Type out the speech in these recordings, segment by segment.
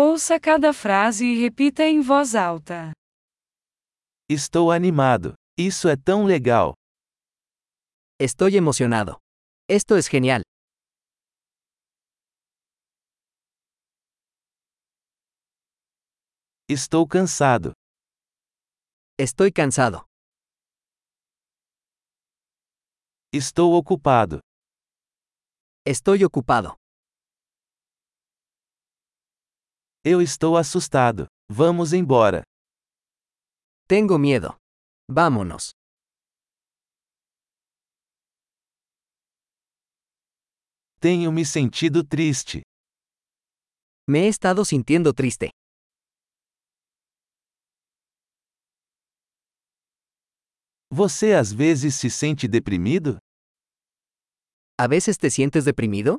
Ouça cada frase e repita em voz alta. Estou animado. Isso é tão legal. Estoy emocionado. Esto es genial. Estou cansado. Estoy cansado. Estou ocupado. Estoy ocupado. Eu estou assustado. Vamos embora. Tengo miedo. Vámonos. Tenho me sentido triste. Me he estado sintiendo triste. Você às vezes se sente deprimido? ¿A veces te sientes deprimido?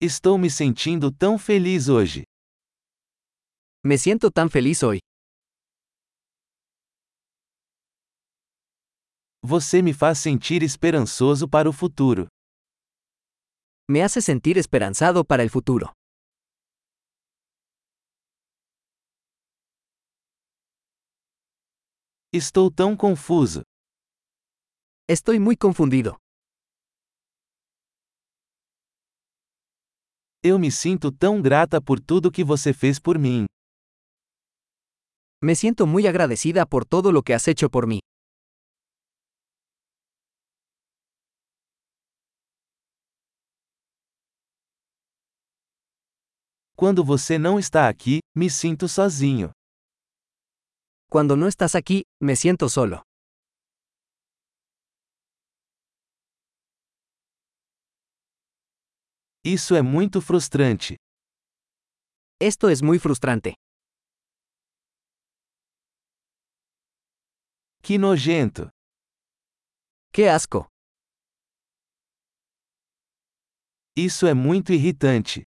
Estou me sentindo tão feliz hoje. Me siento tan feliz hoy. Você me faz sentir esperançoso para o futuro. Me hace sentir esperanzado para el futuro. Estou tão confuso. Estoy muy confundido. Eu me sinto tão grata por tudo que você fez por mim. Me siento muy agradecida por todo lo que has hecho por mí. Quando você não está aqui, me sinto sozinho. Cuando no estás aquí, me siento solo. Isso é muito frustrante. Esto es muy frustrante. Que nojento. ¡Qué asco! Isso é muito irritante.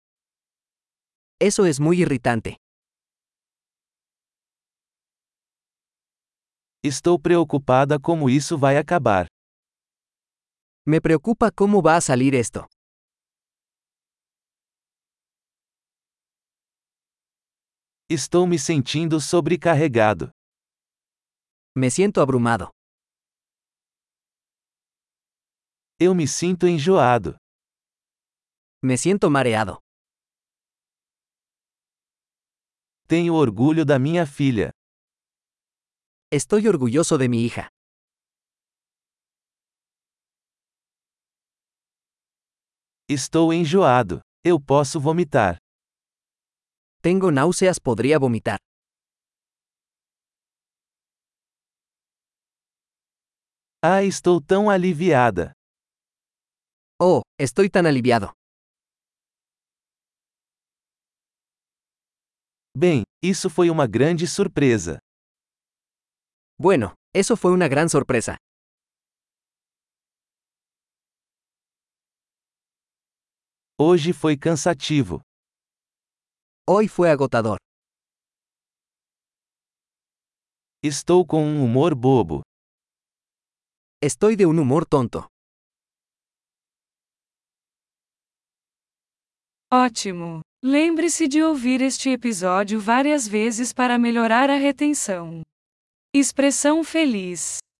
Eso es muy irritante. Estou preocupada como isso vai acabar. Me preocupa cómo va a salir esto. Estou me sentindo sobrecarregado. Me siento abrumado. Eu me sinto enjoado. Me siento mareado. Tenho orgulho da minha filha. Estoy orgulloso de mi hija. Estou enjoado. Eu posso vomitar. Tengo náuseas, podría vomitar. Ah, estou tão aliviada. Oh, estoy tan aliviado. Bem, isso foi uma grande surpresa. Bueno, eso fue una gran sorpresa. Hoje foi cansativo. Hoy fue agotador. Estou com um humor bobo. Estoy de un humor tonto. Ótimo! Lembre-se de ouvir este episódio várias vezes para melhorar a retenção. Expressão feliz.